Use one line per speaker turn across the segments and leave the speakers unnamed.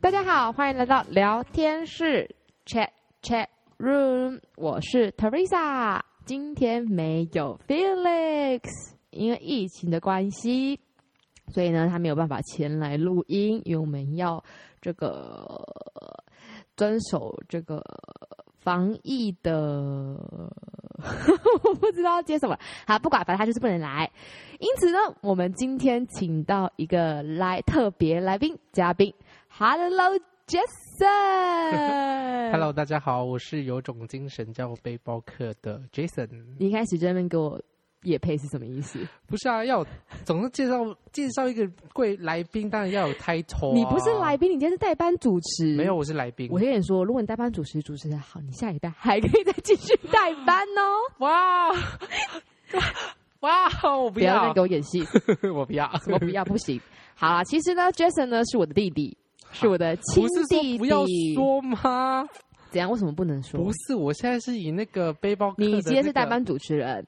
大家好，欢迎来到聊天室 Chat Chat Room，我是 Teresa，今天没有 Felix，因为疫情的关系，所以呢他没有办法前来录音，因为我们要这个遵守这个防疫的， 我不知道接什么，好，不管，反正他就是不能来。因此呢，我们今天请到一个来特别来宾嘉宾，Hello Jason。
Hello，大家好，我是有种精神叫背包客的 Jason。
你一开始在那边给我也配是什么意思？
不是啊，要总是介绍介绍一个贵来宾，当然要有 title 啊、
你不是来宾，你今天是代班主持。
没有，，我是来宾。
我跟你说，如果你代班主持主持的好，你下一代还可以再继续代班哦。
哇 哇，我
不
不
要再
要
给，我演 戏，
我不要，
我不要不行。好啊，其实呢，Jason 呢是我的弟弟，是我的亲
不是
弟弟。
说不要说吗？
怎样？为什么不能说？
不是，我现在是以那个背包客、
你今天是代，班主持人。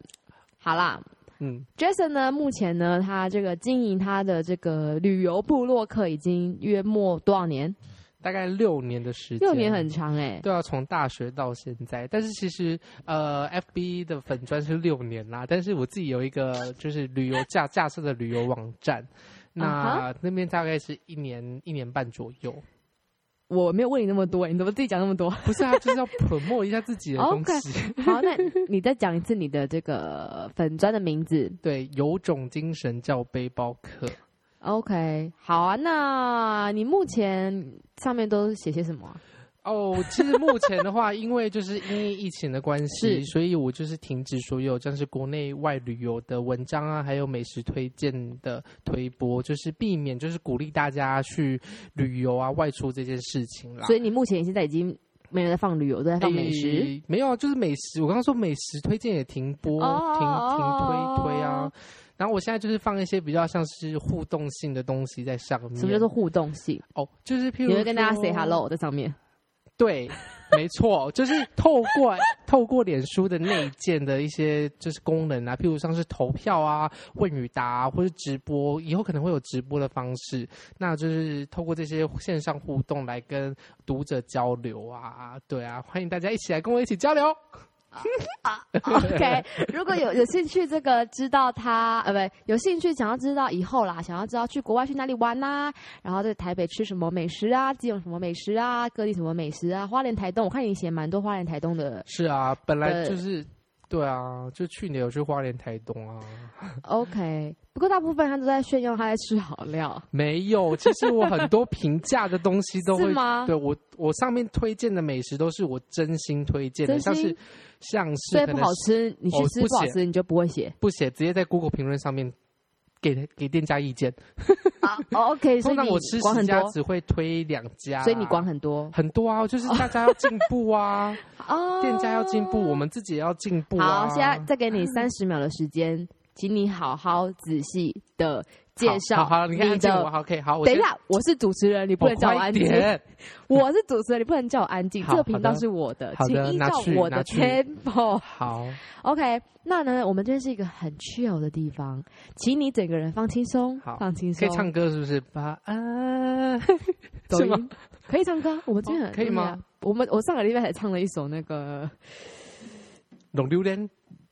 好啦，
嗯，
Jason 呢，目前呢，他这个经营他的这个旅游部落客已经约莫多少年？
大概六年的时间，
六年很长哎、
对啊，从大学到现在，但是其实呃，FB 的粉砖是六年啦，但是我自己有一个就是旅游架架设的旅游网站，那、那边大概是一年一年半左右。
我没有问你那么多、你怎么自己讲那么多？
不是啊，就是要 promote 一下自己的东
OK
西。
好，那你再讲一次你的这个粉砖的名字。
对，有种精神叫背包客。
OK，好啊，那你目前上面都写些什么啊、
哦，其实目前的话， 因为就是因为疫情的关系，
是
所以我就是停止所有像是国内外旅游的文章啊，还有美食推荐的推播，就是避免就是鼓励大家去旅游啊、外出这件事情啦。
所以你目前现在已经没有在放旅游，都在放美食。
诶没有啊，就是美食。我刚刚说美食推荐也停播、
哦
停停
哦
推推啊。然后我现在就是放一些比较像是互动性的东西在上面。
什么叫做互动性？
哦？就是譬如
你会跟大家
说
say hello 在上面。
对，没错，就是透过透过脸书的内建的一些就是功能啊，譬如像是投票啊、问与答、啊、或是直播，以后可能会有直播的方式，那就是透过这些线上互动来跟读者交流啊，对啊，欢迎大家一起来跟我一起交流。
OK，如果有有兴趣这个知道他呃不有兴趣想要知道以后啦，想要知道去国外去哪里玩呐、然后在台北吃什么美食啊，基隆什么美食啊，各地什么美食啊，花莲台东，我看你写蛮多花莲台东的。
是啊，本来
对
就是。对啊，就去年有去花莲、台东啊，
OK，不过大部分他都在炫耀他在吃好料，
没有。其实我很多平价的东西都
是
会
吗？
对我，我上面推荐的美食都是我真心推荐的，
真
像是
心
像是
所以
可
不
能
好吃，你去
哦
吃
不
不好
写
吃你就不会写。
不写，直接在 Google 评论上面给给店家意见。
啊、o OK，所
通
以
常
你
我吃
管
十
很
家啊
多，
只会推两家，
所以你管很多
很多啊，就是大家要进步啊，
哦
店家要进步，我们自己也要进步啊。
好，现在再给你三十秒的时间，请你好好仔细的介绍
好好，好你看安静
的
我好，OK，好，我
等一
先，
下，我是主持人，你
你
不能叫我安静。我是主持人，你不能叫我安静。
好
这个频道是我的，
好的
请依照
拿去
我的
拿去
tempo。
好，
OK，那呢，我们这边是一个很 chill 的地方，请你整个人放轻松
好，
放轻
可
松
以。唱歌是不是？把啊，
抖
是
音
吗？
可以唱歌，我们这边很、
哦可以
对
吗
啊？我们我上个礼拜才唱了一首那个，
龙榴莲，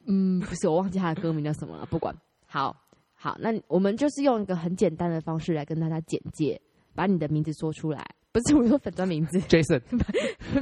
嗯，不是，我忘记他的歌名叫什么了，不管。好，好，那我们就是用一个很简单的方式来跟大家简介，把你的名字说出来。不是我说粉砖名字，
Jason。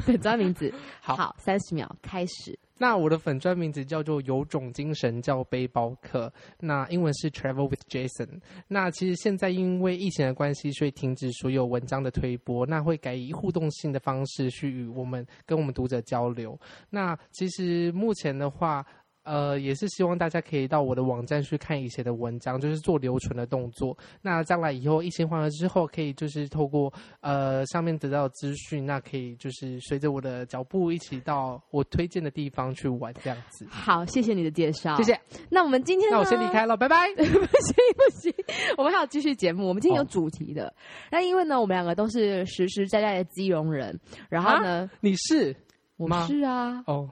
粉砖名字。
好
好，三十秒开始。
那我的粉专名字叫做“有种精神叫背包客”，那英文是 “Travel with Jason”。那其实现在因为疫情的关系，所以停止所有文章的推播，那会改以互动性的方式去与我们跟我们读者交流。那其实目前的话。呃，也是希望大家可以到我的网站去看以前的文章，就是做留存的动作。那将来以后疫情缓和之后，可以就是透过呃上面得到的资讯，那可以就是随着我的脚步一起到我推荐的地方去玩这样子。
好，谢谢你的介绍，
谢。谢，
那我们今天呢
那我先离，开了，拜拜。
不行，我们还要继续节目。我们今天有
哦
主题的。那因为呢，我们两个都是实实在在的基隆人，然后呢，
啊你是
我
吗
是啊，
哦，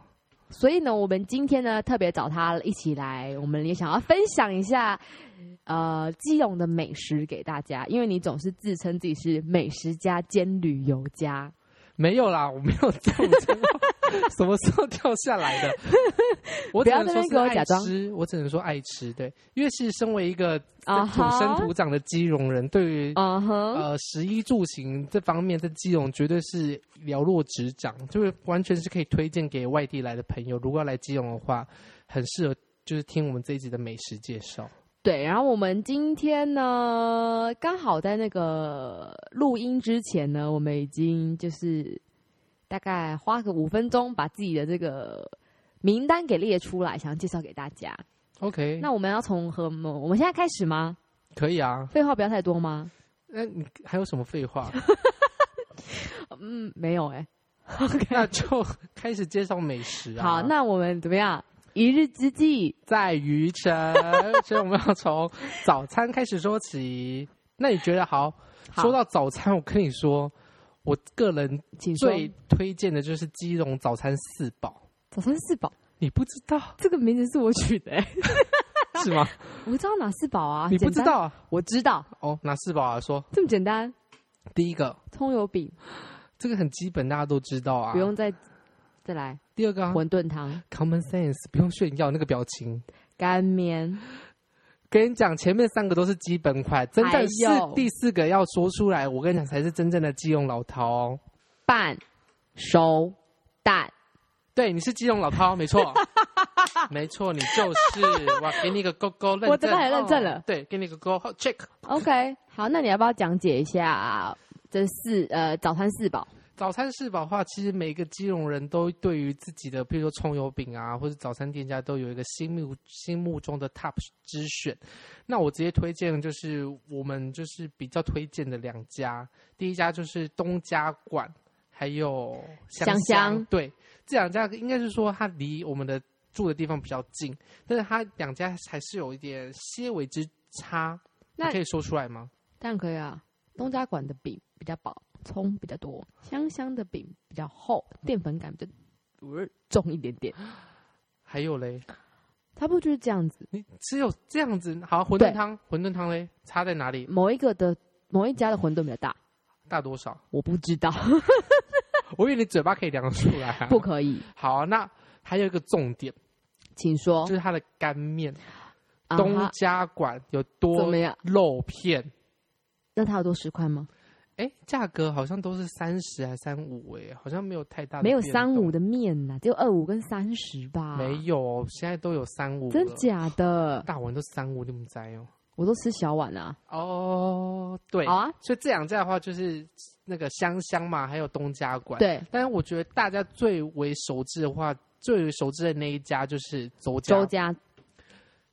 所以呢，我们今天呢特别找他一起来，我们也想要分享一下，呃，基隆的美食给大家，因为你总是自称自己是美食家兼旅游家，
没有啦，我没有这种称号什么时候掉下来 的？我
不
只
要在
能
那
说
边
是
给我假
爱
装
吃，我只能说爱吃。对，因为是身为一个
啊
土生
哈
土长的基隆人，对于
嗯哼，
呃，食衣住行这方面，在基隆绝对是寥落指掌，就是完全是可以推荐给外地来的朋友。如果要来基隆的话，很适合就是听我们这一集的美食介绍。
对，然后我们今天呢，刚好在那个录音之前呢，我们已经就是大概花个五分钟把自己的这个名单给列出来，想要介绍给大家。
OK，
那我们要从和我们我们现在开始吗？
可以啊。
废话不要太多吗？
那你还有什么 废话？
嗯，没有哎、
那就开始介绍美食啊。
好，那我们怎么样？一日之计，
在于晨，所以我们要从早餐开始说 起。那你觉得好？
好
说到早餐，我跟你说，我个人
请说
最推荐的就是基隆早餐四宝。
早餐四宝
你不知道
这个名字是我取的、 欸，
是吗？
我知道哪四宝 啊？
你不
简
知
单？
道啊
我知道，
哦？哪四宝啊？说
这么简单，
第一个，
葱油饼、
这个很基本，大家都知道啊。
不。用再再来，
第二个啊
馄饨汤、
，common sense，不用炫耀那个表情。
干面、
跟你讲，前面三个都是基本款，真
还
正是
有
第四个要说出来。我跟你讲，才是真正的基隆老饕哦。
半熟蛋。
对，你是基隆老饕，没 错，没错，你就是。我给你一个勾勾认证，
我真的很认证了
哦对，给你一个勾好 check。
OK，好，那你要不要讲解一下这四呃早餐四宝？
早餐四宝的话，其实每个基隆人都对于自己的，比如说葱油饼啊，或者早餐店家，都有一个心目心目中的 top 之选。那我直接推荐的就是我们就是比较推荐的两家，第一家就是东家馆，还有香
香香
对，这两家应该是说它离我们的住的地方比较近，但是它两家还是有一点些微之差。
那
你可以说出来吗？
当然可以啊，东家馆的饼比较薄，葱比较多，香香的饼比较厚，淀粉感比较呃重一点点，
还有嘞，
差不多就是这样子。
你只有这样子好馄
对
饨汤，馄饨汤嘞，差在哪里？
某一个的某一家的馄饨比较大，
大多少？
我不知道，
我以为你嘴巴可以量得出来、啊。
不可以，
好，那还有一个重点
请说
就。是它的干面，
哦啊
东
哈
家馆有
怎
多
么样？
肉片，
那它有多十块吗？
哎，价格好像都是三十还三五，哎，好像没有太大的
没有
变
三五
动，
的面呐、只有二五跟三十吧。
没有，现在都有三五，
真？假的？
大碗都三五，你们在哦。
我都吃小碗啊。
哦，对，
好啊，
所以这两家的话就是那个香香嘛，还有东家馆，
对，
但是我觉得大家最为熟知的话，最为熟知的那一家就是周家。
周家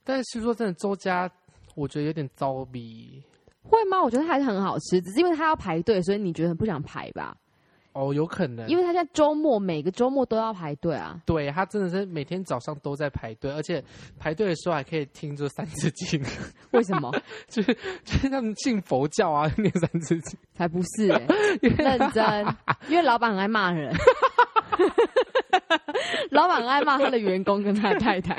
但是说真的，周家我觉得有点糟逼。
会吗？我觉得它还是很好吃，只是因为它要排队，所以你觉得很不想排吧？
哦，有可能，
因
为
为它现在周末每个周末都要排队啊。
对他真的是每天早上都在排队，而且排队的时候还可以听这三字经，
为什么？
就是就是他们信佛教啊，念三字经。
才不 是、欸，认 真，因为老板很爱骂人。老板很爱骂他的员工跟他的太太，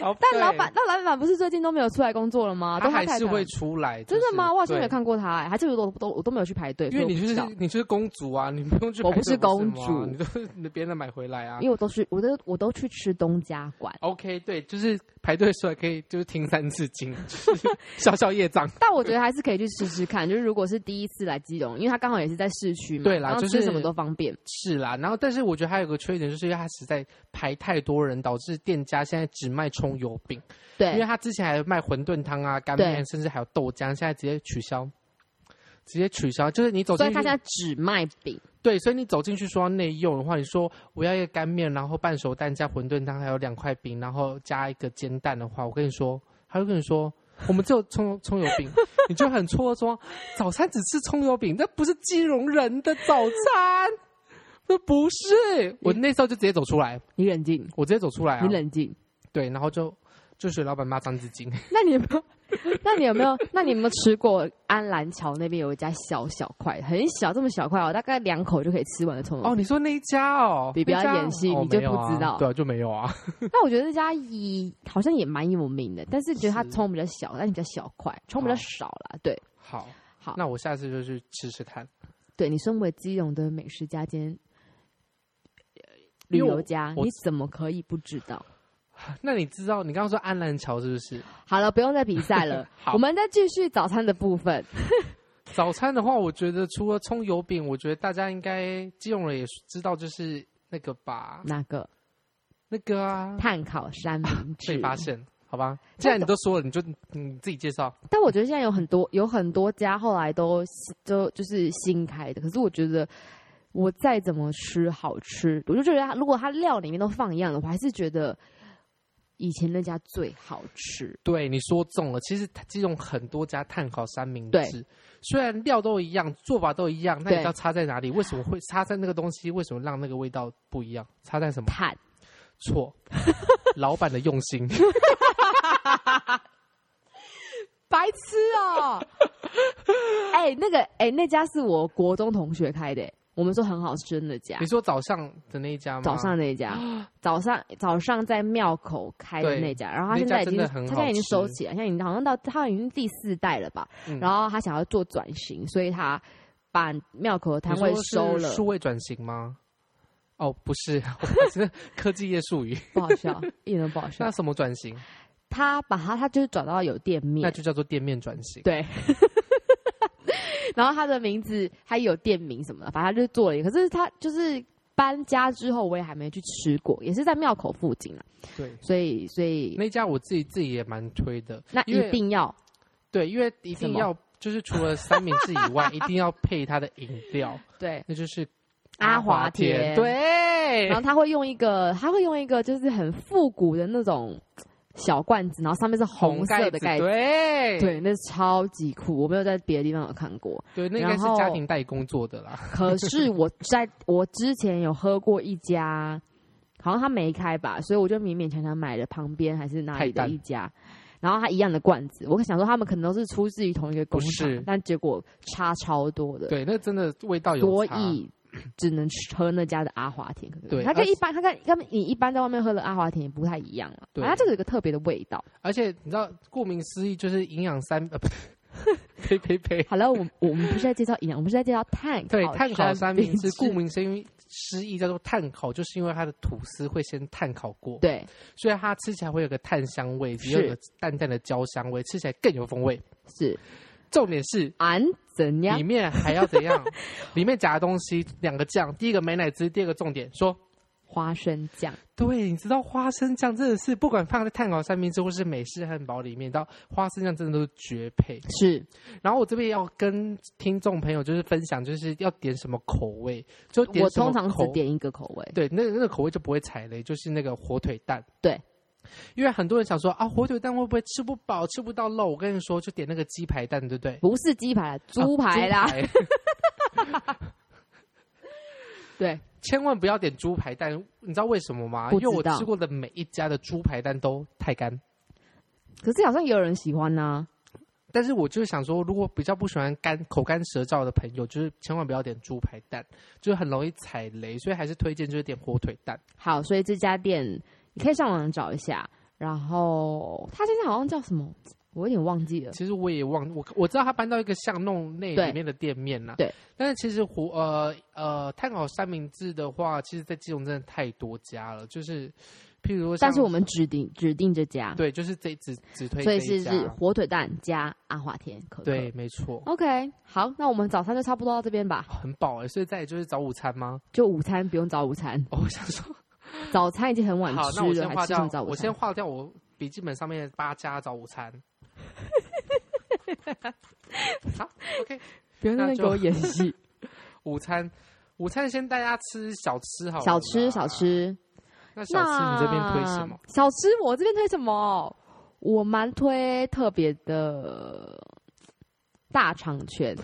但老板，那老板不是最近都没有出来工作了吗？
哦他
都
还
太太
是
了
会出来，
啊真的吗？
就是
我好像没有
对
看过他、欸，还是我都都我都没有去排队，
因为你就
所以
是
我不知道
你就是公主啊，你不用去排队。
我不是公
吗
主
啊你都是你别人买回来啊
因。为我都去，我都我都去吃东家馆，
OK，对，就是排队的时候也可以就是听三字经，就是 消消业障。
但我觉得还是可以去试试看。就是如果是第一次来基隆，因为他刚好也是在市区嘛，
对啦
然后
就
吃
是
什么都方便。
是啦，然后但是我觉得还有个缺点，就是因为它实在排太多人，导致店家现在只卖葱油饼，因为
对，
它之前还有卖馄饨汤啊、干面，甚至还有豆浆，现在直接取消，直接取消。就是你走
所
进
以
去，
他现在只卖饼，
对，所以你走进去说要内用的话，你说我要一个干面，然后半熟蛋加馄饨汤，还有两块饼，然后加一个煎蛋的话，我跟你说，他会跟你说。我们只有葱 葱油饼，你就很戳说早餐只吃葱油饼，那不是基隆人的早餐，那不是。我那时候就直接走出来，
你嗯冷静，
我直接走出来啊
你，冷静。
对，然后就就学老板骂张子金，
那你有没有那你有没有？那你有没有吃过安澜桥那边有一家小小块，很小，这么小块哦，大概两口就可以吃完的葱油
哦，
饼？
你说那一家哦，
你不要
那家
演戏
哦
你就
没有啊
不知道
对啊，就没有啊。
那我觉得那家也好像也蛮有名的，但是觉得它
是
葱比较小，但你比较小块，葱比较
哦
少啦。对
好，
好
那我下次就去吃吃看。
对，你身为基隆的美食家兼呃旅游家，
我
你怎么可以不知道？
那你知道你刚刚说安澜桥是不是？
好了，不用再比赛了
，好
我们再继续早餐的部分。
早餐的话，我觉得除了葱油饼，我觉得大家应该基隆人也知道，就是那个吧，
那个
那个啊，
碳烤三明
被
治，
发现，好吧？既然你都说了，你就你自己介绍。
但我觉得现在有很多有很多家后来都就就是新开的，可是我觉得我再怎么吃好吃，我就觉得它如果它料里面都放一样的，我还是觉得以前那家最好吃。
对，你说中了。其实它基隆很多家碳烤三明治，虽然料都一样，做法都一样，那你
对
知道差在哪里？为什么会差在那个东西？为什么让那个味道不一样？差在什么？
碳
错，老板的用心。
白痴哦、哎、那个哎、那家是我国中同学开的、我们说很好吃的那家
你。说早上的那一家吗？
早上那一 家，早上早上在庙口开的
对
那家，然后他
那
现
家
在已
真
经
的
他
很
现
好
在已经
吃
收起来，现在已经好像到他已经第四代了吧，
嗯
然后他想要做转型，所以他把庙口的摊位
你说
收
是
了，
数位转型吗？哦，不是，我是科技业术语。
不好笑，一点都不好笑
那。什么转 型？
他把他他就是转到有店
那
面，
就叫做店面转型。
对。 然后他的名字还有店名什么的，反正他就做了一个。可是他就是搬家之后，我也还没去吃过，也是在庙口附近啊。
对，
所以，所以
那家我自己自己也蛮推的。
那
因为
一定要
对，因为一
什
定
么
要就是除了三明治 以外，一定要配它的饮料，
对
那就是
阿华田
对
然，后他会用一个，他会用一个就是很复古的那种小罐子，然后上面是红色的盖
子，
子，
对
对，那超级酷，我没有在别的地方有看过。
对，那应该是
然后
家庭代工做的啦。
可是我在我之前有喝过一家，好像他没开吧，所以我就勉勉强强买了旁边还是哪里
泰
的
坦
一家，然后它一样的罐子，我想说他们可能都是出自于同一个工
不是
厂，但结果差超多的，
对，那真的味道有
所
差。
以只能吃喝那家的阿华田。可是
对
它跟
而且
一般，它跟跟你一般在外面喝的阿华田也不太一样了。
对
反正它这个有一个特别的味道。
而且你知道，顾名思义就是营养三 呃，不呸呸呸，
好了，我们我们不是在介绍营养，我们是在介绍碳烤
对，碳烤三明治
治，，
顾名思义诗意叫做碳烤，就是因为它的吐司会先碳烤过，，
对
所以它吃起来会有个碳香味，也有
是
个淡淡的焦香味，吃起来更有风味。
是
重点是
俺怎样
里面还要 怎样？里面夹的东西两个酱，第一个美乃滋，第二个重点说。
花生酱。
对，你知道花生酱真的是不管放在碳烤三明治或是美式汉堡里面，到花生酱真的都是绝配。
是
然后我这边要跟听众朋友就是分享，就是要点什么口味，就点
我
什么
通常只
口
点一个口味，
对，那那个口味就不会踩雷，就是那个火腿蛋。
对，
因为很多人想说啊，火腿蛋会不会吃不饱、吃不到肉？我跟你说，就点那个鸡排蛋，对不对？
不是鸡排啦，猪排啦
啊，猪排
对，
千万不要点猪排蛋，你知道为什么吗？
不
因
知
为
道
我吃过的每一家的猪排蛋都太干。
可是好像也有人喜欢呢、
但是我就想说，如果比较不喜欢干口干舌燥的朋友，就是千万不要点猪排蛋，就是很容易踩雷，所以还是推荐就是点火腿蛋。
好，所以这家店你可以上网找一下，然后它现在好像叫什么，我有点忘记了。
其实我也忘我我知道他搬到一个巷弄内
对
里面的店面啦。
对，
但是其实胡呃呃碳烤三明治的话，其实在基隆真的太多家了，就是譬如说像，
但是我们指定指定这家，
对就是这只只推
所以
这一
是
家
是火腿蛋加阿华田可可。
对，没错，
，OK，好，那我们早餐就差不多到这边吧，
很饱哎、所以再来就是早午餐吗？
就午餐不用早午餐，
哦，我想说，
早餐已经很晚
好，
吃
那我
了，
先
还
划
吃什么早
掉，
午
我
餐
先？划掉我笔记本上面的八家早午餐。 好，OK，
不用在那边
那
给
就
我演戏，
午餐，午餐先大家吃小吃 好了啦，
小吃小吃。
那小吃你这边推什么？
那？小吃我这边推什么？我蛮推特别的大肠圈，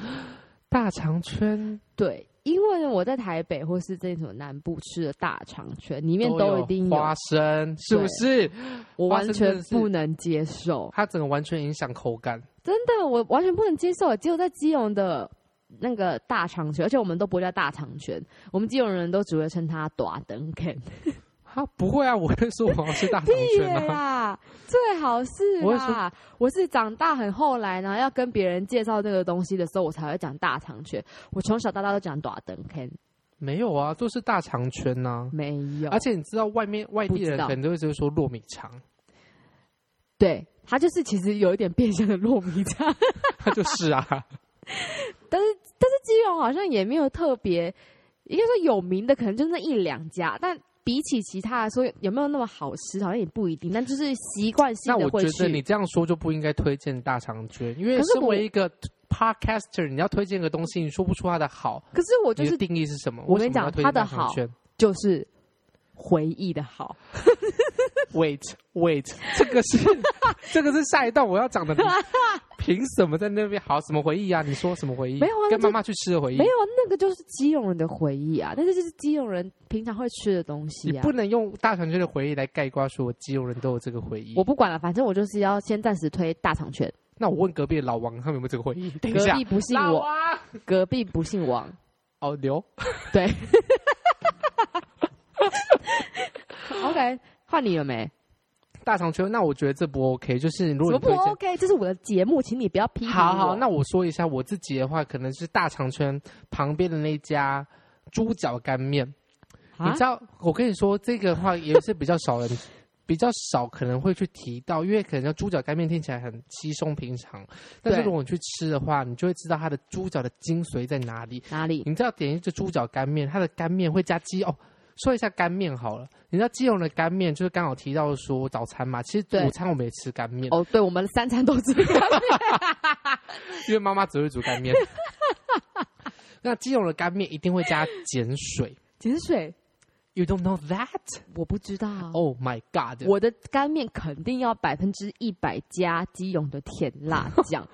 大肠圈
对，因为我在台北或是这种南部吃的大肠圈里面
都
都一定有，
花生，是不是？
我
花
完
生真
全
的是
不能接受，
它整个完全影响口感。
真的我完全不能接受。只有在基隆的那个大肠圈，而且我们都不会叫大肠圈，我们基隆人都只会称它短灯 K。
啊，不会啊，我会说我要吃大肠
屁
圈啊。
啦，最好是
我会
啦。我是长大很后来呢，要跟别人介绍这个东西的时候，我才会讲大肠圈。我从小到大都讲短灯 K，
没有啊，都是大肠圈呐、
没有。
而且你知道，外面外地
不知
人
道
可能都会说糯米肠，
对，它就是其实有一点变相的糯米肠。
它就 是啊。
基隆好像也没有特别，应该说有名的可能就那一两家，但比起其他来说，有没有那么好吃，好像也不一定。但就是习惯性
那
的
我
会
觉得
去。
你这样说就不应该推荐大肠圈，因为
可是
身
我
为一个 podcaster，你要推荐个东西，你说不出它的好，
可是我就
你
是
的定义是什么？
我跟你
为什么要
讲
推
它
荐
的
大肠
好
圈
就是回忆的好，
Wait wait，这 个是这个是下一段我要讲的。你凭什么在那边好什么回忆啊？你说什么回忆？
没有啊那
跟
就
妈妈去吃的回忆
没有。啊那个就是基隆人的回忆啊，但是就是基隆人平常会吃的东西
你
啊
不。能用大肠圈的回忆来盖瓜，说我基隆人都有这个回忆。
我不管了，反正我就是要先暂时推大肠圈。
那我问隔壁的老王，他们有没有这个回忆？等一
隔
下
壁，不姓
老
我，
王
隔壁不姓王，
哦刘，
对。OK，换你了没？
大肠圈，那我觉得这不 OK。就是如
怎么
果你
不
推荐，
OK？这是我的节目，请你不要批评我
好好，那我说一下我自己的话，可能是大肠圈旁边的那家猪脚干面。你
啊
知道，我跟你说这个话也是比较少 人。比较少可能会去提到，因为可能猪脚干面听起来很稀松平常，但是
对
如果你去吃的话，你就会知道它的猪脚的精髓在哪里。
哪里？
你知道点一只猪脚干面，它的干面会加鸡哦。说一下干面好了，你知道基隆的干面就是刚好提到说早餐嘛，其实
对
午餐我们也吃干面，
哦，对，我们三餐都吃
因为妈妈只会煮干面。那基隆的干面一定会加碱水
碱水，
，You don't know that?
我不知道。
Oh my god！
我的干面肯定要百分之一百加基隆的甜辣 酱，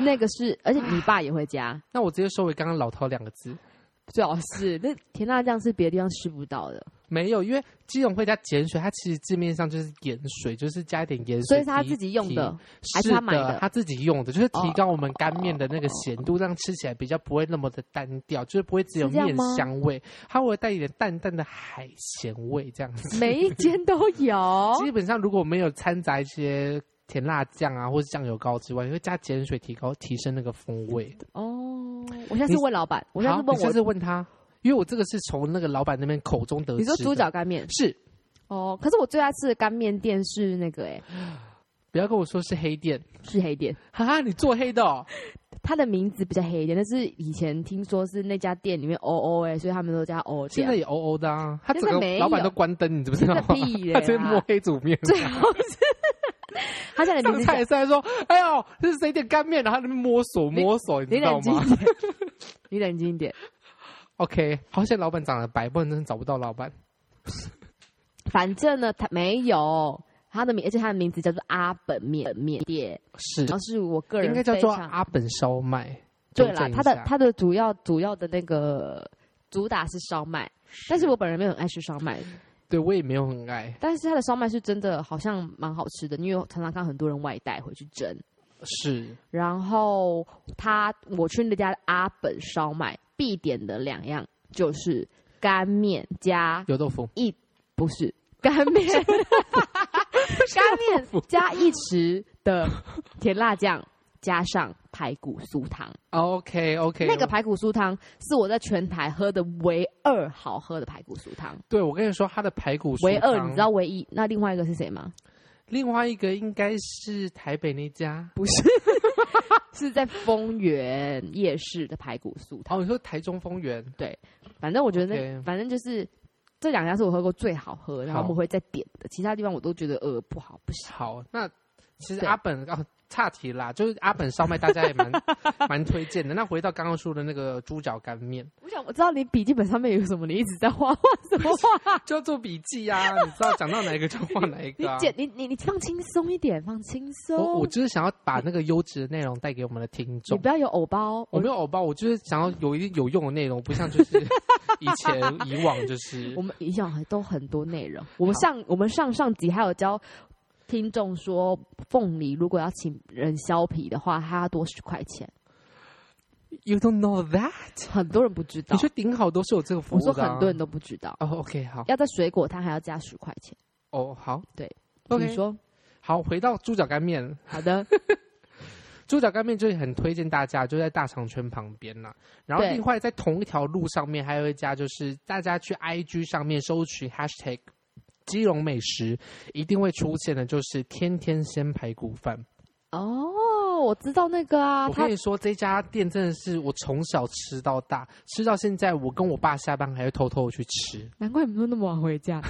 那个是，而且你爸也会加，
那我直接收回刚刚老饕两个字，
最好是那甜辣酱是别的地方吃不到的，
没有，因为基隆会加碱水，它其实字面上就是盐水，就是加一点盐水提，
所以是他自己用的
提。
还是
的
他买的哦
他自己用的，就是提高我们干面的那个咸度，让吃起来比较不会那么的单调，就是不会只有
是这样
面
吗
香味，它会带一点淡淡的海咸味这样子。
每一间都 有
基本上如果没有掺杂一些甜辣酱啊或是酱油膏之外，也会加碱水提高提升那个风味。
哦。我下次
你
问老板，我下
好，
次
你
问
下
我，
次问他，因为我这个是从那个老板那边口中得
你
知的。
说猪脚干面
是，
哦，可是我最爱吃的干面店是那个、欸，
不要跟我说是黑店，
是黑店。
哈哈，你做黑的、 哦。
它的名字比较黑一点，但是以前听说是那家店里面 O O 哎，所以他们都叫 O O
现
店
在。也欧欧的啊，他
现
整
在
个
没
老板
有
都关灯，你知不知道吗？
那屁嘞
他直接摸
啊
黑煮面，
最好是，他现在的
上
名字叫
菜上来说：“哎呦，这是谁点干面？”然后他在那边摸索
你
摸索，你
你
知道
冷静
吗
一点，你冷静一点。
？OK，好险老板长得白，不然真的找不到老板。
反正呢，他没有他的名，而且他的名字叫做阿本面面店，
是
然后是我个人
应该叫做
非常
阿本烧麦。
对
纠
啦，
正一
他的
下
他的主要主要的那个主打是烧麦，但是我本人没有很爱吃烧麦，
对我也没有很爱，
但是他的烧麦是真的好像蛮好吃的，因为我常常看很多人外带回去蒸。
是
然后他我去那家阿本烧麦必点的两样就是干面加
油豆腐。
不是干面， 干面加一匙的甜辣酱。加上排骨酥汤，
OK OK，
那个排骨酥汤是我在全台喝的唯二好喝的排骨酥汤，
对我跟你说，他的排骨酥
唯二
汤
你知道？唯一那另外一个是谁吗？
另外一个应该是台北那家
不是，是在丰原夜市的排骨酥汤。
哦，你说台中丰原
反正我觉得
OK
那反正就是这两家是我喝过最好喝，然后
好嗯
我会再点的，其他地方我都觉得呃不好不行。
好，那其实
对
阿本哦，岔题啦，就是阿本烧麦，大家也 蛮蛮推荐的。那回到刚刚说的那个猪脚干面，
我想我知道你笔记本上面有什么，你一直在画画什么画？
就要做笔记 呀、你知道讲到哪一个就画哪一
你
个、啊。
简你你你放轻松一点，放轻
我
松
我，就是想要把那个优质的内容带给我们的听
你
众。
不要有偶包。
我
我
没有偶包，我就是想要有一点有用的内容，不像就是 以前以往 就是
我们一样还都很多内容。我们上我们上上集还有教听众说，凤梨如果要请人削皮的话，它要多十块钱。
You don't know that。
很多人不知道
你，说顶好都是有这个服
我
务的、
说
啊，
很多人都不知道，
哦，OK，好，
要在水果摊还要加十块钱。
哦，好，
对你
，OK，
说
好，回到猪脚干面，
好的，
猪脚干面就是很推荐大家，就在大肠圈旁边啦。然后
对
另外在同一条路上面还有一家，就是大家去 IG 上面搜取 hashtag 基隆美食，一定会出现的，就是天天鲜排骨饭。
哦，我知道那个啊，
我
他
跟你说，这家店真的是我从小吃到大，吃到现在，我跟我爸下班还会偷偷去吃。
难怪你们都那么晚回 家，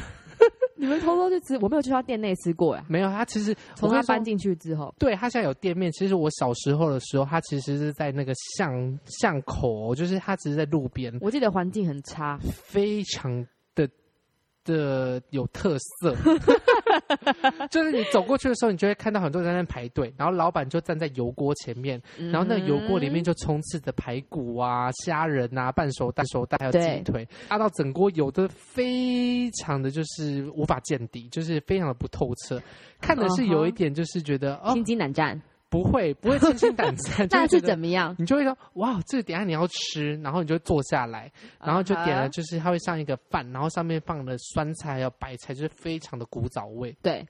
你们偷偷就吃，我没有去他店内吃过呀。
没有，他其实
从
我跟
他
你说
搬进去之后，
对，它现在有店面。其实我小时候的时候，它其实是在那个巷巷口哦，就是它只是在路边，
我记得环境很差，
非常的的有特色。 就是你走过去的时候，你就会看到很多人在那排队，然后老板就站在油锅前面，
然
嗯然后那个油锅
嗯
里面就充斥着排骨啊、虾仁啊、半熟蛋、熟蛋还有
对
鸡腿，拉到整锅油都非常的就是无法见底，就是非常的不透彻，看的是有一
嗯哼
点就是觉得、哦
心惊胆战，
不 会，不会轻轻胆战，就
那
会
是
觉
怎
得
么样？
你就会说哇，这个等一下你要吃，然后你就坐下来，然后就点了，
啊哈
就是它会上一个饭，然后上面放了酸菜还有白菜，就是非常的古早味，
对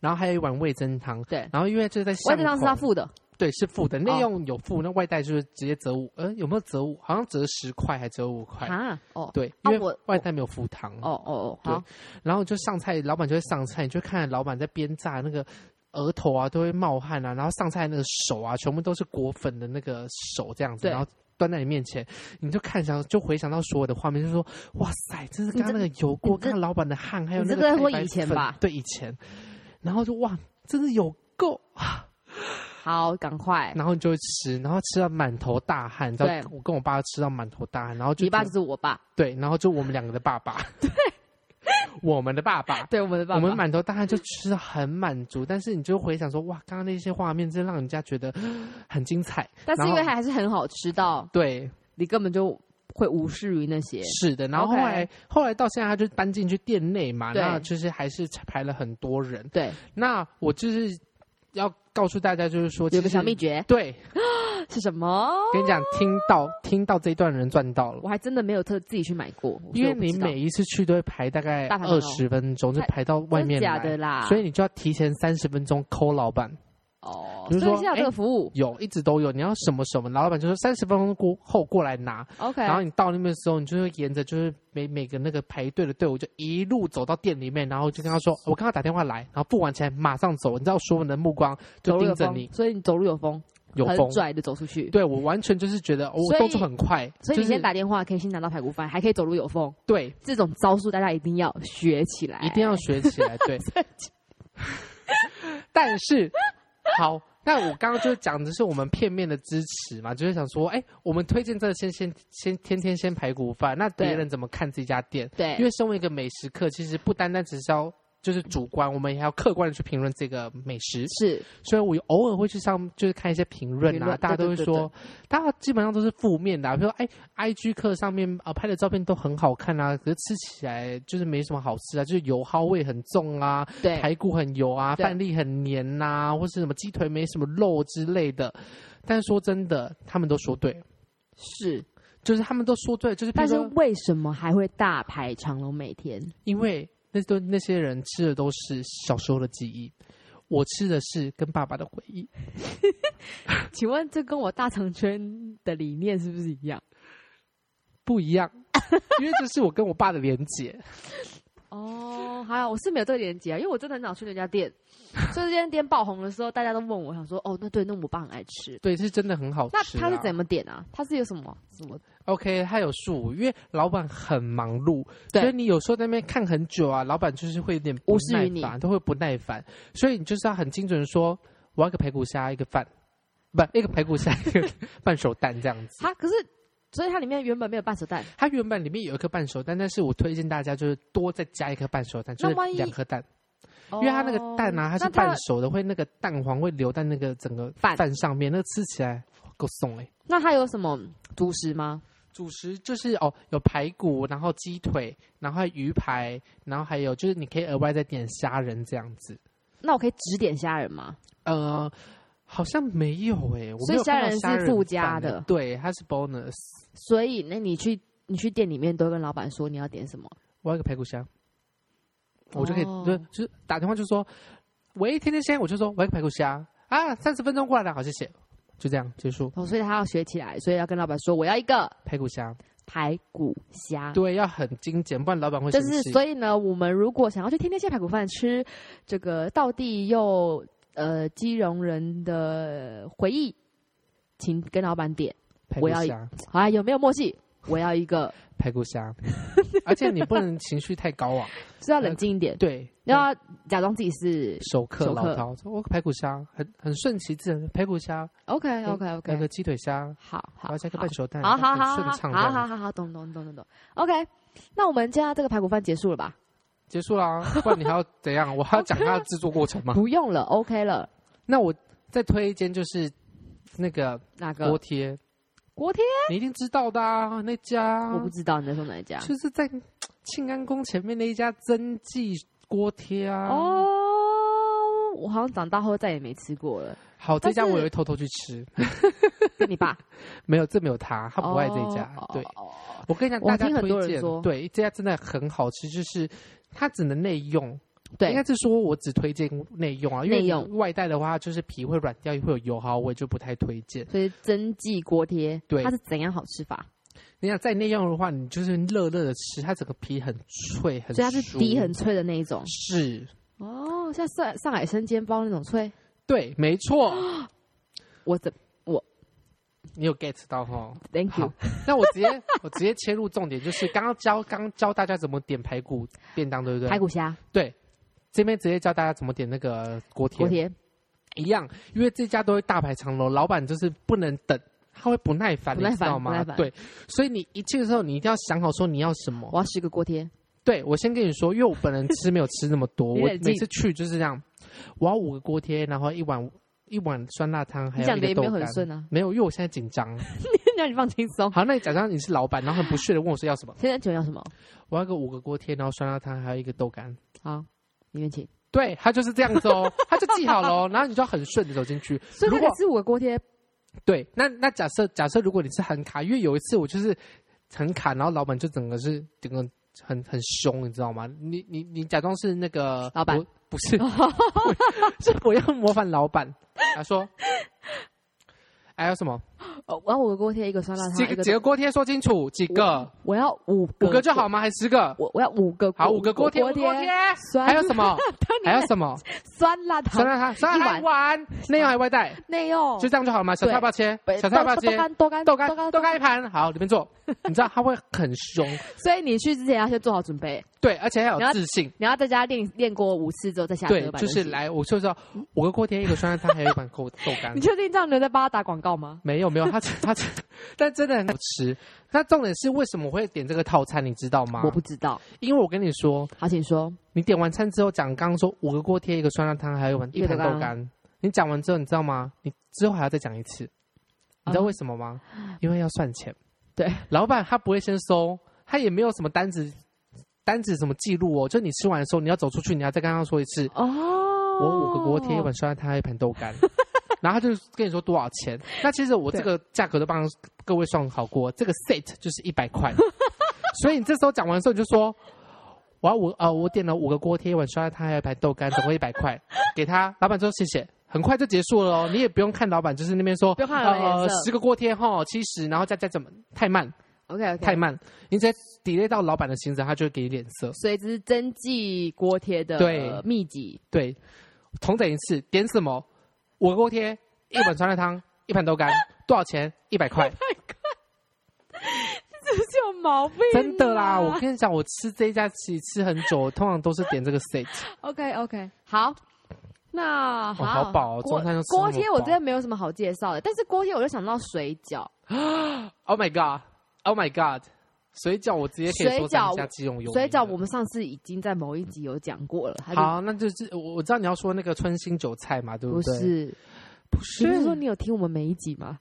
然后还有一碗味增汤。
对，
然后因为这是在巷
外地上是他
口
付的，哦
对是付的，内用有付，那外带就是直接折五，呃有没有折五？好像折十块还折五块，
啊，哦
对，
啊
因为
我
外带没有付汤。
哦哦哦，
对
好，
然后就上菜，老板就会上菜，你就看老板在边炸那个额头啊，都会冒汗啊，然后上菜那个手啊，全部都是裹粉的那个手这样子，
对
然后端在你面前，你就看想就回想到所有的画面，就说哇塞，真是刚刚那个油锅，
你这
刚刚老板的汗，还有
你
那
这
个
个
太
会
白
以前
粉
吧
对以前，然后就哇，真是有够，
好，赶快，
然后你就会吃，然后吃到满头大汗，你知道
对
我跟我爸吃到满头大汗，然后就
你爸
觉
就
得
是我爸，
对，然后就我们两个的爸 爸，对， 我们的爸爸，
对我们的爸
我
爸，
们满头大汗就吃的很满足，但是你就回想说，哇，刚刚那些画面真让人家觉得很精彩。
但是因为
然后
它还是很好吃到，
对，
你根本就会无视于那些，
是的。然后后
OK
来后来到现在，他就搬进去店内嘛，
对
那就是还是排了很多人。
对，
那我就是要告诉大家，就是说
有个小秘
密，
诀
对，
是什么？
跟你讲，听到听到这一段人赚到了
我。还真的没有特自己去买过，
因为你
所以我不知道
每一次去都会排大概
大排
二
长龙
十分钟，就
太
排到外
真
面
假
来，
的啦，
所以你就要提前三十分钟抠老板。
哦，
比如
所以
说
现在有这个服务
有，一直都有。你要什么什么，老板就说三十分钟过后过来拿。
，OK，
然后你到那边的时候，你就会沿着就是每每个那个排队的队伍，就一路走到店里面，然后就跟他说：“我刚刚打电话来，然后付完钱马上走。”你知道所有人的目光
走
就
路
盯
有
着
风
你，，
所以你走路有风，
有
很
风。
拽的走出去。
对我完全就是觉得哦
所
我
以
动作很快，
所以你
就是
先打电话可以先拿到排骨饭，还可以走路有风，
对，
这种招数大家一定要学起来，
一定要学起来。对，但是好，那我刚刚就讲的是我们片面的支持嘛，就是想说，哎、我们推荐这个先先先天天先排骨饭，那别
对哎
人怎么看这家店？
对
因为身为一个美食客，其实不单单只是要。就是主观，我们也要客观的去评论这个美食，
是
所以我偶尔会去上，就是看一些评论
评
啊，
论
大家都会
对对对
说，大家基本上都是负面的、啊，比如说哎，IG 课上面啊、呃拍的照片都很好看啊，可是吃起来就是没什么好吃啊，就是油耗味很重啊，
对
排骨很油啊，
对
饭粒很黏呐、或是什么鸡腿没什么肉之类的。但是说真的，他们都说对，
是，
就是他们都说对，就是譬
但
如
是
说，
为什么还会大排长龙每天？
因为那都那些人吃的都是小时候的记忆。我吃的是跟爸爸的回忆，
请问这跟我大肠圈的理念是不是一样？
不 一样，因为这是我跟我爸的连结。
哦，还好我是没有这个连接啊，因为我真的很少去那家店， 所以这家店爆红的时候，大家都问我，我想说哦，那对，那我爸很爱吃。
对，是真的很好
那
吃、啊。
他是怎么点啊？他是有什么什么？
OK，他有数，因为老板很忙碌，
对
所以你有时候在那边看很久啊，老板就是会有点不
无视于
耐
你
烦，都会不耐烦，所以你就是要很精准的说，我要一个排骨虾，一个饭，不，一个排骨虾，一个半熟蛋这样子。
它可是，所以它里面原本没有半熟蛋。
它原本里面有一颗半熟蛋，但是我推荐大家就是多再加一颗半熟蛋，就
那
是
万一哦
两颗蛋，因为它那个蛋啊，它是
那
半熟的，会那个蛋黄会留在那个整个
饭
饭上面，那个吃起来够松哎、
那它有什么主食吗？
主食就是哦，有排骨，然后鸡腿，然后还有鱼排，然后还有就是你可以额外再点虾仁这样子。
那我可以指点虾仁吗？
呃，好像没有诶、我
所
没
以
有看
虾
到
仁
虾
是附加
饭欸
的
对，它是 bonus。
所以，那你去你去店里面都会跟老板说你要点什么？
我要一个排骨虾，我就可以、
哦
就就是打电话就说，喂，天天先，我就说我要一个排骨虾啊，三十分钟过来了，好，谢谢，就这样结束
哦，所以他要学起来，所以要跟老板说我要一个
排骨虾。
排骨虾。
对，要很精简，不然老板会
就
生
是
气。
所以呢，我们如果想要去天天蟹排骨饭吃，这个道地又呃基隆人的回忆，请跟老板点
排
我
骨
要
虾，
啊，有没有默契？我要一个，
排骨虾，而且你不能情绪太高昂。
是要冷静一点，
对，
要假装自己是
熟客
熟
老
客
饕，说我排骨虾很很顺其自然，排骨虾，
OK OK
那
OK，
个鸡腿虾，
好好
然后加个半熟蛋，
好好
很
好
顺
好
畅
好
的
好好，懂懂懂懂懂，OK。那我们现在这个排骨饭结束了吧？
结束啦。不然你还要怎样？我还要讲它的制作 过程吗？
不用了，OK 了。
那我再推一间就是那个
哪
锅
个？
贴，
锅贴？
你一定知道的啊，那家
我不知道你在说哪一家。
就是在庆安宫前面那一家曾记锅贴啊。
哦，我好像长大后再也没吃过 了。
好，这家
但是
我也会偷偷去吃，
跟你爸，
没有，这没有他，他不爱这一家
哦。
对，，
哦哦
我跟你讲，
我
大家
听很多
推
人
荐
说，
对这家真的很好吃，就是它只能内用，应
对
该是说我只推荐内用啊，因为
内用
外带的话就是皮会软掉，会有油耗，我也就不太推荐。
所以蒸记锅贴，
对
它是怎样好吃法？
你想在内用的话，你就是热热的吃，它整个皮很脆，很
所以它是
酥
底很脆的那一种。
是，
哦，像上上海生煎包那种脆，
对，没 错，
我怎
你有 get 到哈？
Thank
好
you。，
那我直接 我直接切入重点，就是刚刚教刚教大家怎么点排骨便当，对不对？
排骨虾
对，这边直接教大家怎么点那个锅贴
锅。贴，
一样，因为这家都会大排长龙，老板就是不能等，他会不耐烦，
不耐
你知道
烦不
吗
耐？烦
对，所以你一去的时候，你一定要想好说你要什么
我。要十个锅贴。
对我先跟你说，因为我本人吃没有吃那么多，
你
我
冷静
每次去就是这样，我要五个锅贴，然后一碗一碗酸辣汤，还
你
有
讲
一
的
个
也没
豆
有很
干。
顺啊，
没有，因为我现在紧张。
让你放轻松。
好，那你假装你是老板，然后很不屑的问我说要什么？
现在酒要什么？
我要个五个锅贴，然后酸辣汤，还有一个豆干。
好，里面请。
对他就是这样子哦，他就记好了哦，然后你就要很顺的走进去。
所以
如
那
果
个是五个锅贴，
对，那那假设假设如果你是很卡，因为有一次我就是很卡，然后老板就整个是整个很很凶，你知道吗？你你你假装是那个
老板
我不是，是 我要模仿老板，他 说。还有什么？
哦我要五个锅贴，一个酸辣
几
汤，一
个
个
几个锅贴说清楚，几个？
我要五个，
五个就好。吗？还是十个？
我我要五个，
好，五个锅贴，五
锅
个锅贴。
酸
还有 什么？还有
汤，
什么？
酸辣汤
酸辣汤，酸辣
一
汤
哦
一碗，内用还外带，
内用，
就这样就好了吗？小菜要不要切？小菜要不要
豆
切？
干豆干
豆干豆
豆
干一盘，好，里面 坐。你知道他会很凶，
所以你去之前要先做好准备，
对，而且要
你
有
要
自信。
你要在家练练过五次之后再下
对
车，吧。
就是来，我就知道五个锅贴，一个酸辣汤，还有一碗豆豆 干
你。确定这样你有在帮他打广告吗？
没有没有，他他，但真的很好吃。那重点是为什么我会点这个套餐，你知道吗？
我不，知道，
因为我跟你说，
好，请说。
你点完餐之后讲，刚刚说五个锅贴，一个酸辣汤，还有一碗
一
一
个
盘
豆干
豆干。你讲完之后，你知道吗？你之后还要再讲一次，你知道
啊
为什么吗？因为要算钱。
对，
老板他不会先收，他也没有什么单子，单子什么记录哦。就你吃完的时候，你要走出去，你要再跟他说一次，
哦，
我
我
五个锅贴，一碗酸辣汤，还有一盘豆 干。然后他就跟你说多少钱。那其实我这个价格都帮各位算好过，这个 set 就是一百块。 所以你这时候讲完的时候，你就说。我要五呃，我点了五个锅贴，一碗酸辣汤，还有一盘豆干，总共一百块，给他。老板说谢谢，很快就结束了哦。你也不用看老板，就是那边说，
不用看老板
呃
脸，色
十个锅贴哈，七十，然后再再怎么太慢
OK
太
OK，
慢，你直接 delay 到老板的行程，他就会给你脸色。
所以这是真记锅贴的
对
秘籍。
对，重整一次，点什么？我锅贴，一碗酸辣汤，一盘豆干，多少钱？一百块，
Oh 这是有毛病，啊
真的 啦！我跟你讲，我吃这一家其实吃很久，我通常都是点这个 set。
OK OK，好，那
哦好饱哦
锅
中餐都吃那
锅
么
贴我
饱
真的没有什么好介绍的，但是锅贴我就想到水饺，
Oh my god! Oh my god! 水饺我直接可以
水
说
饺
一下基隆有
水
名
饺
的
我们上次已经在某一集有讲过了，它就
好，那就是我我知道你要说那个春心韭菜嘛，对
不
对？
是，
不
你
是，
不是说你有听我们每一集 吗？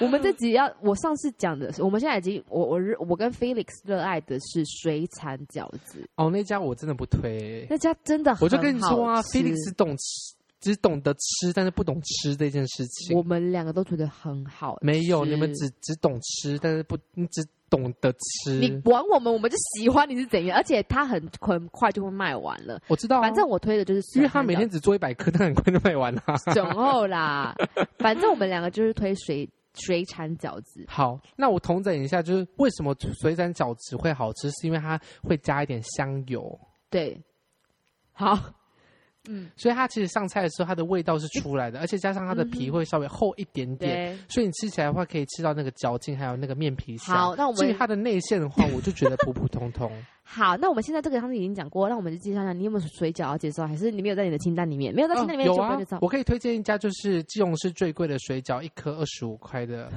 我们这集要，我上次讲的是，我们现在已经，我我热我跟 Felix 热爱的是水产饺子，
哦，那家我真的不推。
那家真的
我就跟你
很好
说啊
吃
，Felix 懂吃，只懂得吃，但是不懂吃这件事情
我。们两个都觉得很好吃，
没有，你们只只懂吃，但是不，你只懂得
你
吃。
玩我们，我们就喜欢你是怎样，而且它很很快就会卖完了。
我知道啊、
反正我推的就是水
因为
产饺子，
他每天只做一百颗，但很快就 卖完了。
整后啦， 反正我们两个就是推水水产饺子，
好，那我统整一下，就是为什么水产饺子会好吃，是因为它会加一点香油，
对，好，
所以它其实上菜的时候，它的味道是出来的，而且加上它的皮
嗯哼
会稍微厚一点点，
嗯对，
所以你吃起来的话，可以吃到那个嚼劲，还有那个面皮香。
好，那我
至于
们
它的内馅的话，我就觉得普普通通。
好，那我们现在这个上次已经讲过，那我们就介绍一下，你有没有水饺要介绍，还是你没有在你的清单里面？没有在清单里面
有
就不
啊
要介绍，。
我可以推荐一家，就是基隆市最贵的水饺，一颗二十五块 的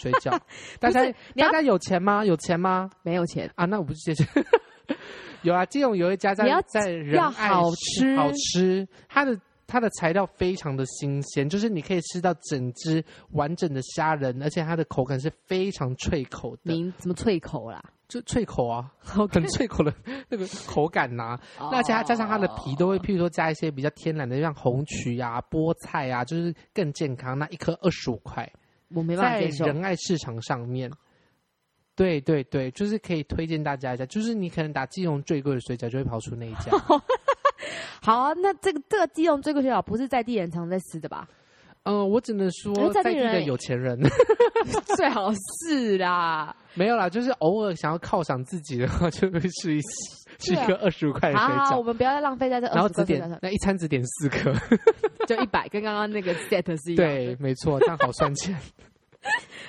水饺。大家
你要
大家有钱吗？有钱吗？
没有钱，
啊，那我不去介绍。 有啊，基隆有一家在
你要
在仁爱
要好
市
吃
好吃，它的它的材料非常的新鲜，就是你可以吃到整只完整的虾仁，而且它的口感是非常脆口的，
您什么脆口啦？
就脆口 啊，很脆口的那个口感呐、
哦
那而且它加上它的皮，都会，譬如说加一些比较天然的，像红曲啊、菠菜啊，就是更健康。那一颗二十五块，
我没办法
在
接受。
仁爱市场上面。对对对，就是可以推荐大家一下，就是你可能打基隆最贵的水饺，就会跑出那一 家。
好啊，那这个这个鸡肉最贵水饺不是在地人常在吃的 吧？
嗯，我只能
可
说
哎是在
在
地
地的
人
有钱人
最好是啦。
没有啦，就是偶尔想要犒赏自己的话，就会试一试，吃
对啊
一个二十五块的水
好好，好我
饺，
们不要再浪费在这
然
二
后
十
只
块
点
钱，
那一餐只点四颗，
就一百，跟刚刚那个 set 是一样的。
对，没错，这样好算钱。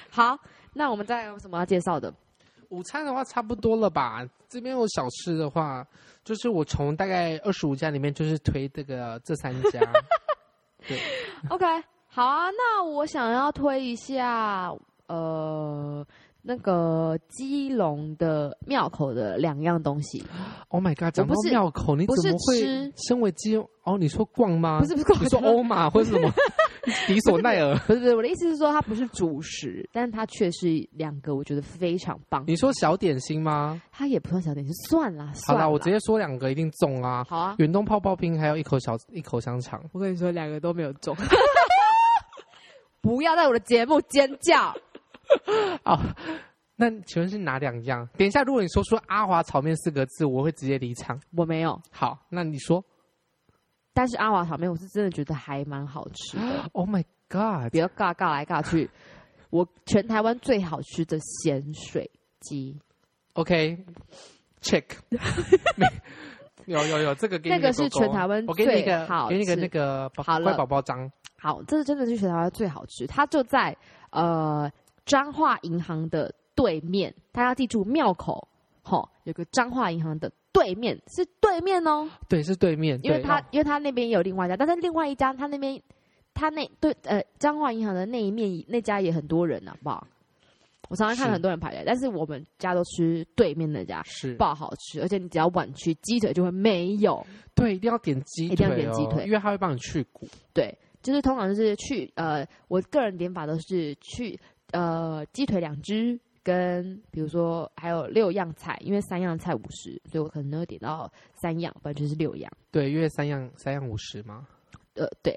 好，那我们再有什么要介绍 的？
午餐的话差不多了吧？这边有小吃的话，就是我从大概二十五家里面，就是推这个这三家。
OK，好啊，那我想要推一下，呃，那个基隆的庙口的两样东西，
oh my god！讲到
不是
庙口，你
不是
怎么会
吃
身为基隆？哦，你说逛吗？
不是，不是，
你说哦欧 马或者什么迪索奈尔？
不是不是，我的意思是说它不是主食，但它却是两个我觉得非常棒。
你说小点心吗？
它也不算小点心，算啦，
好
算
啦，
啦，
我直接说两个一定中啊！
好啊。
远东泡泡冰还有一口小一口香肠。
我跟你说，两个都没有中。不要在我的节目尖叫。
哦，那请问是哪两样？等一下，如果你说出阿华炒面四个字，我会直接离场。
我没有，
好，那你说
但是阿华炒面我是真的觉得还蛮好吃 的，
？Oh my god！
不要尬尬来尬去。我全台湾最好吃的咸水鸡，
OK，check，没有有有，这个给你
那个是
狗狗
全台湾
我给你一
最好
个，给你一个
吃
那个宝
好
乖
了
宝宝章，
好，这是真的是全台湾最好吃。它就在呃彰化银行的对面，大家记住庙口，吼有个彰化银行的对面是对面哦，
对，是对面，
因为
对
它
哦
因为它那边也有另外一家，但是另外一家它那边它那对呃彰化银行的那一面那家也很多人啊，好不好？我常常看
是
很多人排队，但是我们家都吃对面那家，
是
爆好吃，而且你只要晚去，鸡腿就会没有。
对，一定要点鸡
一
腿
定
哦，
要点鸡腿
因为它会帮你去骨。
对，就是通常就是去呃，我个人点法都是去呃鸡腿两只，跟比如说还有六样菜，因为三样菜五十，所以我可能会点到三样，不然就是六样。
对，因为三样三样五十嘛。
呃，对。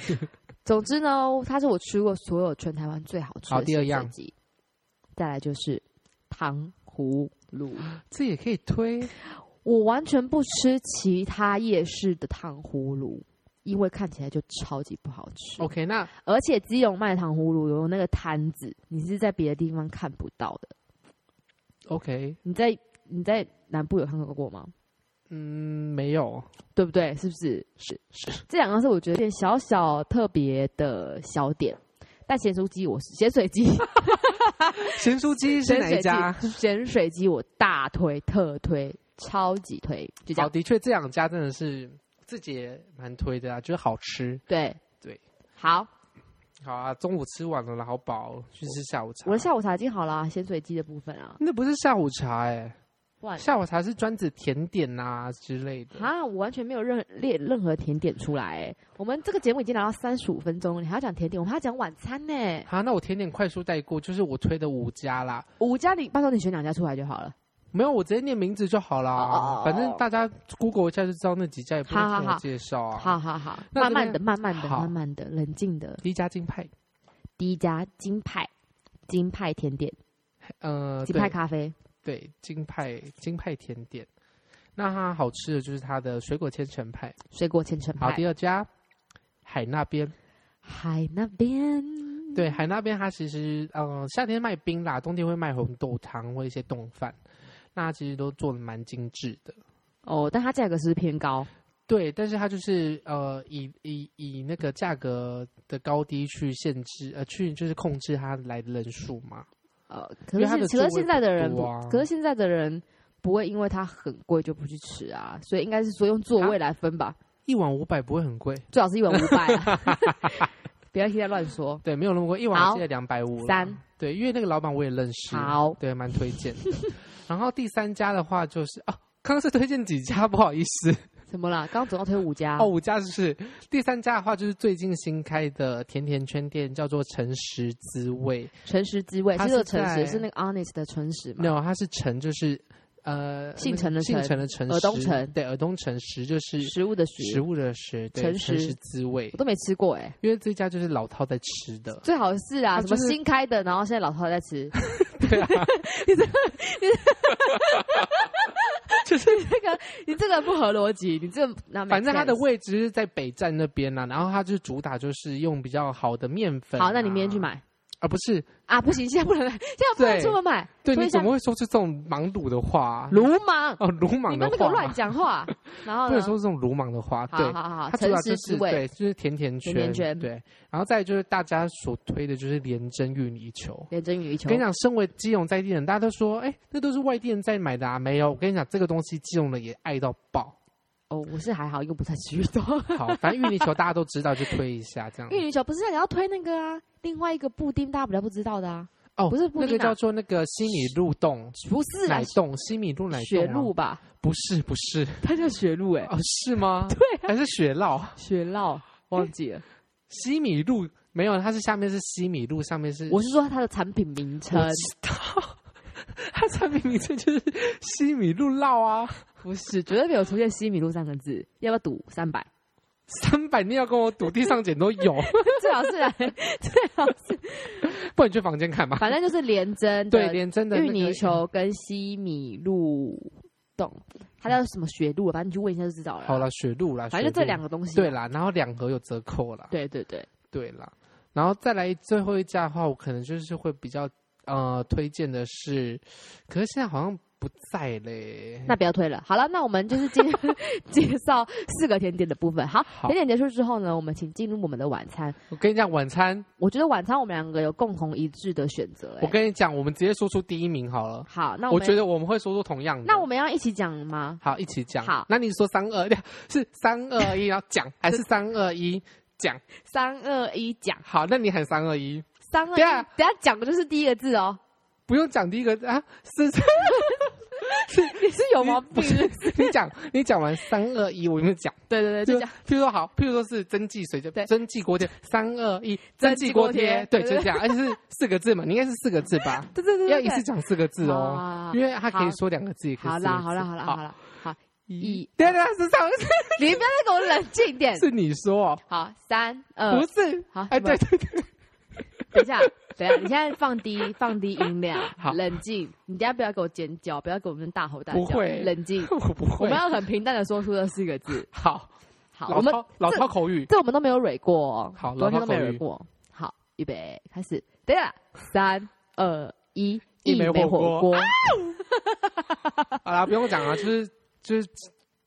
总之呢，它是我吃过所有全台湾最好吃
好
的
第二
咸水
样
鸡。再来就是糖葫芦，
这也可以推，
我完全不吃其他夜市的糖葫芦，因为看起来就超级不好吃。
OK，那
而且基隆卖糖葫芦有那个摊子，你是在别的地方看不到的。
OK，
你在你在南部有看到过吗？
嗯，没有，
对不对？是不是？
是是，
这两个是我觉得有点小小特别的小点。但咸酥鸡我是咸水鸡，
咸酥鸡是
咸
哪
水
一
鸡
家？
咸水鸡我大推特推，超级推，就这
好，
样。
的确这两家真的是自己也蛮推的啊，就是好吃。
对
对，
好，
好啊，中午吃完了啦，好饱哦，去吃下午茶。
我的下午茶已经好了啊，咸水鸡的部分啊，
那不是下午茶哎、
哇
下午茶是专指甜点呐、之类的。
啊，我完全没有任列任何甜点出来、欸。我们这个节目已经聊到三十五分钟了，你还要讲甜点，我们还要讲晚餐呢、
好，那我甜点快速带过，就是我推的五家啦。
五家你到时候你选两家出来就好了。
没有，我直接念名字就好啦。
哦哦哦哦
反正大家 Google 一下就知道那几家，也不用
好好
听我
好
介绍啊。
好好好，
那
慢慢
这
的、
边
慢慢的、
好
慢慢的、冷静的。
第一家金派，
第一家金派，金派甜点，
呃，
金
对
派咖啡，
对，金派金派甜点。那它好吃的就是它的水果千层派。
水果千层
好，
派，
第二家海那边，
海那边。
对，海那边它其实嗯、呃夏天卖冰啦，冬天会卖红豆汤或一些冻饭，那它其实都做的蛮精致的。
哦，但它价格是不是偏高，
对，但是它就是呃，以以以那个价格的高低去限制，呃，去就是控制它来的人数嘛。
呃，可
因为
是
它
现
的
可是
座位
现在的
不
人不，
多啊
可是现在的人不会因为它很贵就不去吃啊，所以应该是说用座位来分吧，
一碗五百不会很贵，
最好是一碗五百啊， 不要现在乱说。
对，没有那么贵，一碗
好
记得两百五。
三，
对，因为那个老板我也认识，
好
对，蛮推荐的。然后第三家的话就是哦，刚刚是推荐几家，不好意 思，
怎么啦？刚刚总要推五家
哦，五家是不是？第三家的话就是最近新开的甜甜圈店，叫做诚实滋味。
诚实滋味，
它
是
是
这个诚实，
在
是那个 honest 的诚实嘛？
no，它是诚就是呃
姓陈的
那个姓
陈
陈的陈，
尔东
实
城
对，尔东城实就是
食物的
食
食，
物的食，
诚
对，诚
实
实滋味
我。都没吃过哎、，
因为这家就是老饕在吃的
最好是啊，
它
什么
就是
新开的，然后现在老饕在吃，
对啊，就是
这个你这个不合逻辑，你这个那
反正它的位置是在北站那边啦、然后它就是主打就是用比较好的面粉、
好，那你明天去，买
而、不是
啊？不行，现在不能买，现在不能
对
出门买，
对
所以
你怎
像
么会说出这种莽鲁的话、啊？
鲁莽，
哦，鲁
你
莽的
们不
话，
能给我乱讲 话。然后
不
呢
能？说这种鲁莽的话，
好
对。
好好，
它主
诚
要就
实
是
滋味，
对，就是甜甜圈，
甜甜圈
对，然后再就是大家所推的就是连蒸芋泥球。
连真羽球
跟。你讲，身为基隆在地人，大家都说，哎、那都是外地人在买的啊，没有。我跟你讲，这个东西基隆人也爱到爆。
哦，我是还好，又不太吃芋头。
好，反正芋泥球大家都知道，就推一下这样。
芋泥球不是啊，你要推那个啊，另外一个布丁，大家比较不知道的啊，
哦，
不是布
那
丁
个
啊
叫，做那个西米露洞。
不是啊
奶，冻，西米露奶冻、
雪露， 吧，
不是不是
它叫雪露哎，
哦，是吗？
对啊，
还是雪酪？
雪酪忘记 了，
西米露没有，它是下面是西米露，上面是
我是说它的产品名称
我，知道，它产品名称就是西米露酪啊，
不是，绝对没有出现西米露三个字，要不要赌三百？
三百你要跟我赌，地上捡都有，
最好是啊， 最好是，
不然你去房间看吧。
反正就是连针
对，
的
连真的那
芋
个
泥，球跟西米露冻，它叫什么雪露，反正你去问一下就知道了。
好，了，雪露啦，
反正就这
雪露
两个东西。
啊
啊
对，啦，然后两盒有折扣啦，
对对对，
对啦，然后再来最后一家的话，我可能就是会比较呃推荐的是，可是现在好像不在嘞。
那不要推了。好了，那我们就是介 介绍四个甜点的部分。好，
好
甜点结束之后呢，我们请进入我们的晚餐。
我跟你讲，晚餐，
我觉得晚餐我们两个有共同一致的选择、欸。
我跟你讲，我们直接说出第一名好了。
好，那
我
我
觉
们
得我们会说出同样的。
那我们要一起讲吗？
好，一起讲。
好
那你说三二一， 是三二一，然后 讲，还是三二一讲？
三二一讲，
好，那你喊三二一，
三二一，
等一下
等一下讲的就是第一个字 哦。
不用讲第一个啊，是是
你是有毛病
不？是你 讲，你讲完三二一，我有没有讲？
对对对，就这样。
譬如说好，譬如说是蒸汽水，就
对
蒸汽锅贴，三二一，
蒸
蒸
汽
汽
锅
锅
贴
贴，
对
对，
对
就这样，而且 是四个字嘛，你应该是四个字吧？
对对对，
要
对
一次讲四个字哦，
啊
因为它可
好
以说两个字，也可以
好
四个
啦，
字
好啦，好啦，好，啦，好，一
对对，是上次
你不要再给我冷静一点。
是你说哦，
好，三
不
二，
是？
好，
哎，对
什
对对，
么，等一下，等一下，你现在放低，放低音量，
好
冷静。你等一下不要给我尖叫，不要给我们大吼大叫，
不会
冷静。
我不
我
会
们。要很平淡的说出这四个字。
好，
好，
老
我们
饕老
这
饕 口语，
这我们都没有蕊过哦，
好
昨天
老
都没
饕
有
口
蕊
语
过。好，预备，开始。等一下，三二一，
一
枚
枚火
火
锅啊
锅，
好啦，不用讲了，就是就是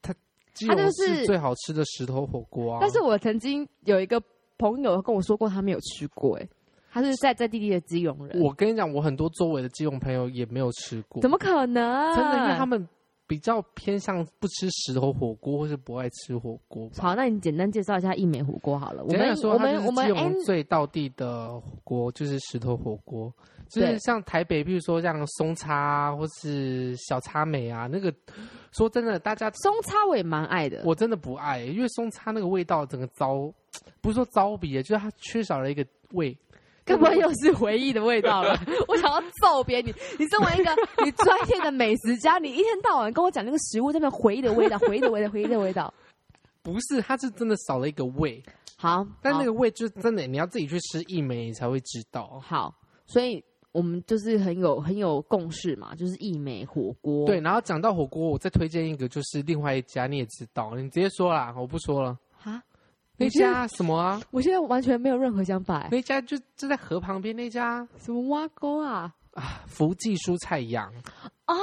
它基
它就
隆
是
是最好吃的石头火锅啊。
但是我曾经有一个朋友跟我说过，他没有吃过、欸，他是在在地地的基隆人，
我跟你讲，我很多周围的基隆朋友也没有吃过
怎，么可能？
真的，因为他们比较偏向不吃石头火锅，或是不爱吃火锅吧。
好，那你简单介绍一下一美火锅好了。我
简单
们
来说，
我
它就
们
是
我们
基
N
隆最道地的火锅就是石头火锅，就
对
是像台北，比如说像松叉啊或是小叉美啊，那个说真的，大家
松叉我也蛮爱的。
我真的不爱，因为松叉那个味道整个糟，不是说糟鼻，就是它缺少了一个味。
根本又是回忆的味 道了。我想要揍别人你！你身为一 个你专业的美食家，你一天到晚跟我讲那个食物这边回忆的味道， 回忆的味道，回忆的味道。
不是，它是真的少了一个味，
好，
但
好
那个味就是真的，你要自己去吃一枚你才会知道。
好，所以我们就是很有很有共识嘛，就是意美火锅。
对，，然后讲到火锅，我再推荐一个，就是另外一家你也知道，你直接说啦，我不说了。
哈，
那
你是
家什么啊？
我现在完全没有任何想法、欸。
那家就就在河旁边那家
什么挖沟啊？
啊，福记蔬菜羊，
哦，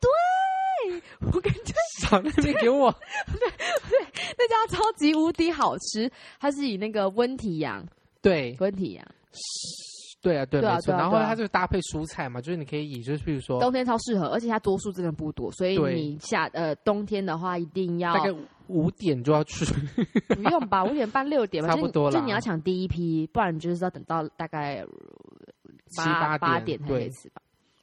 对，我感觉
少那边给我。
那家超级无敌好吃，它是以那个温体羊，
对
温体羊
对啊，对，
对啊
没错。
对啊
然后
对啊
它就搭配蔬菜嘛，就是你可以以就是比如说
冬天超适合，而且它多数真的不多，所以
对
你夏呃冬天的话一定要
大概五点就要去，
不用吧，五点 半六点吧，
差不多
就
啦
就你要抢第一批，不然你就是要等到大概呃
七
八
八
点
点
才可以
对
吃吧。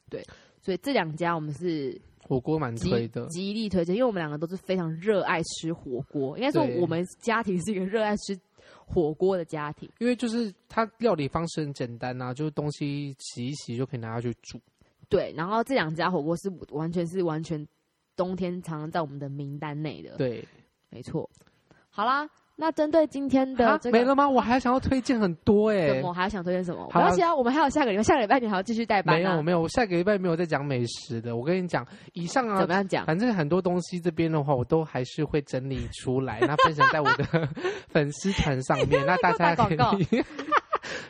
对，所以这两家我们是
火锅蛮推
极
的。
极力推荐，因为我们两个都是非常热爱吃火锅，应该说
对
我们家庭是一个热爱吃火锅的家庭。
因为就是它料理方式很简单呐、就是东西洗一洗就可以拿下去煮。
对，然后这两家火锅是完全是完全冬天常常在我们的名单内的。
对，
没错。好啦，那针对今天的
啊
这个，
没了吗？我还想要推荐很多哎、
什么还想推荐什么？不
好啊
要急啊，我们还有下个礼拜，下个礼拜你还要继续代班
没
啊
有？没有，我下个礼拜没有在讲美食的。我跟你讲，以上啊
怎么样讲？
反正很多东西这边的话，我都还是会整理出 来，那分享在我的 粉丝团上面。那大家可
给我打广
以，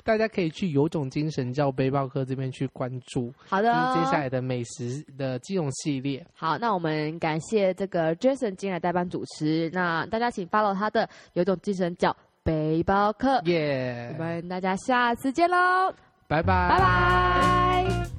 大家可以去有种精神叫背包客这边去关注，
好
就
的，
是接下来的美食的金融系列。
好，那我们感谢这个 Jason 进来代班主持，那大家请 follow 他的有种精神叫背包客，
耶
我、们大家下次见喽，
拜拜，
拜拜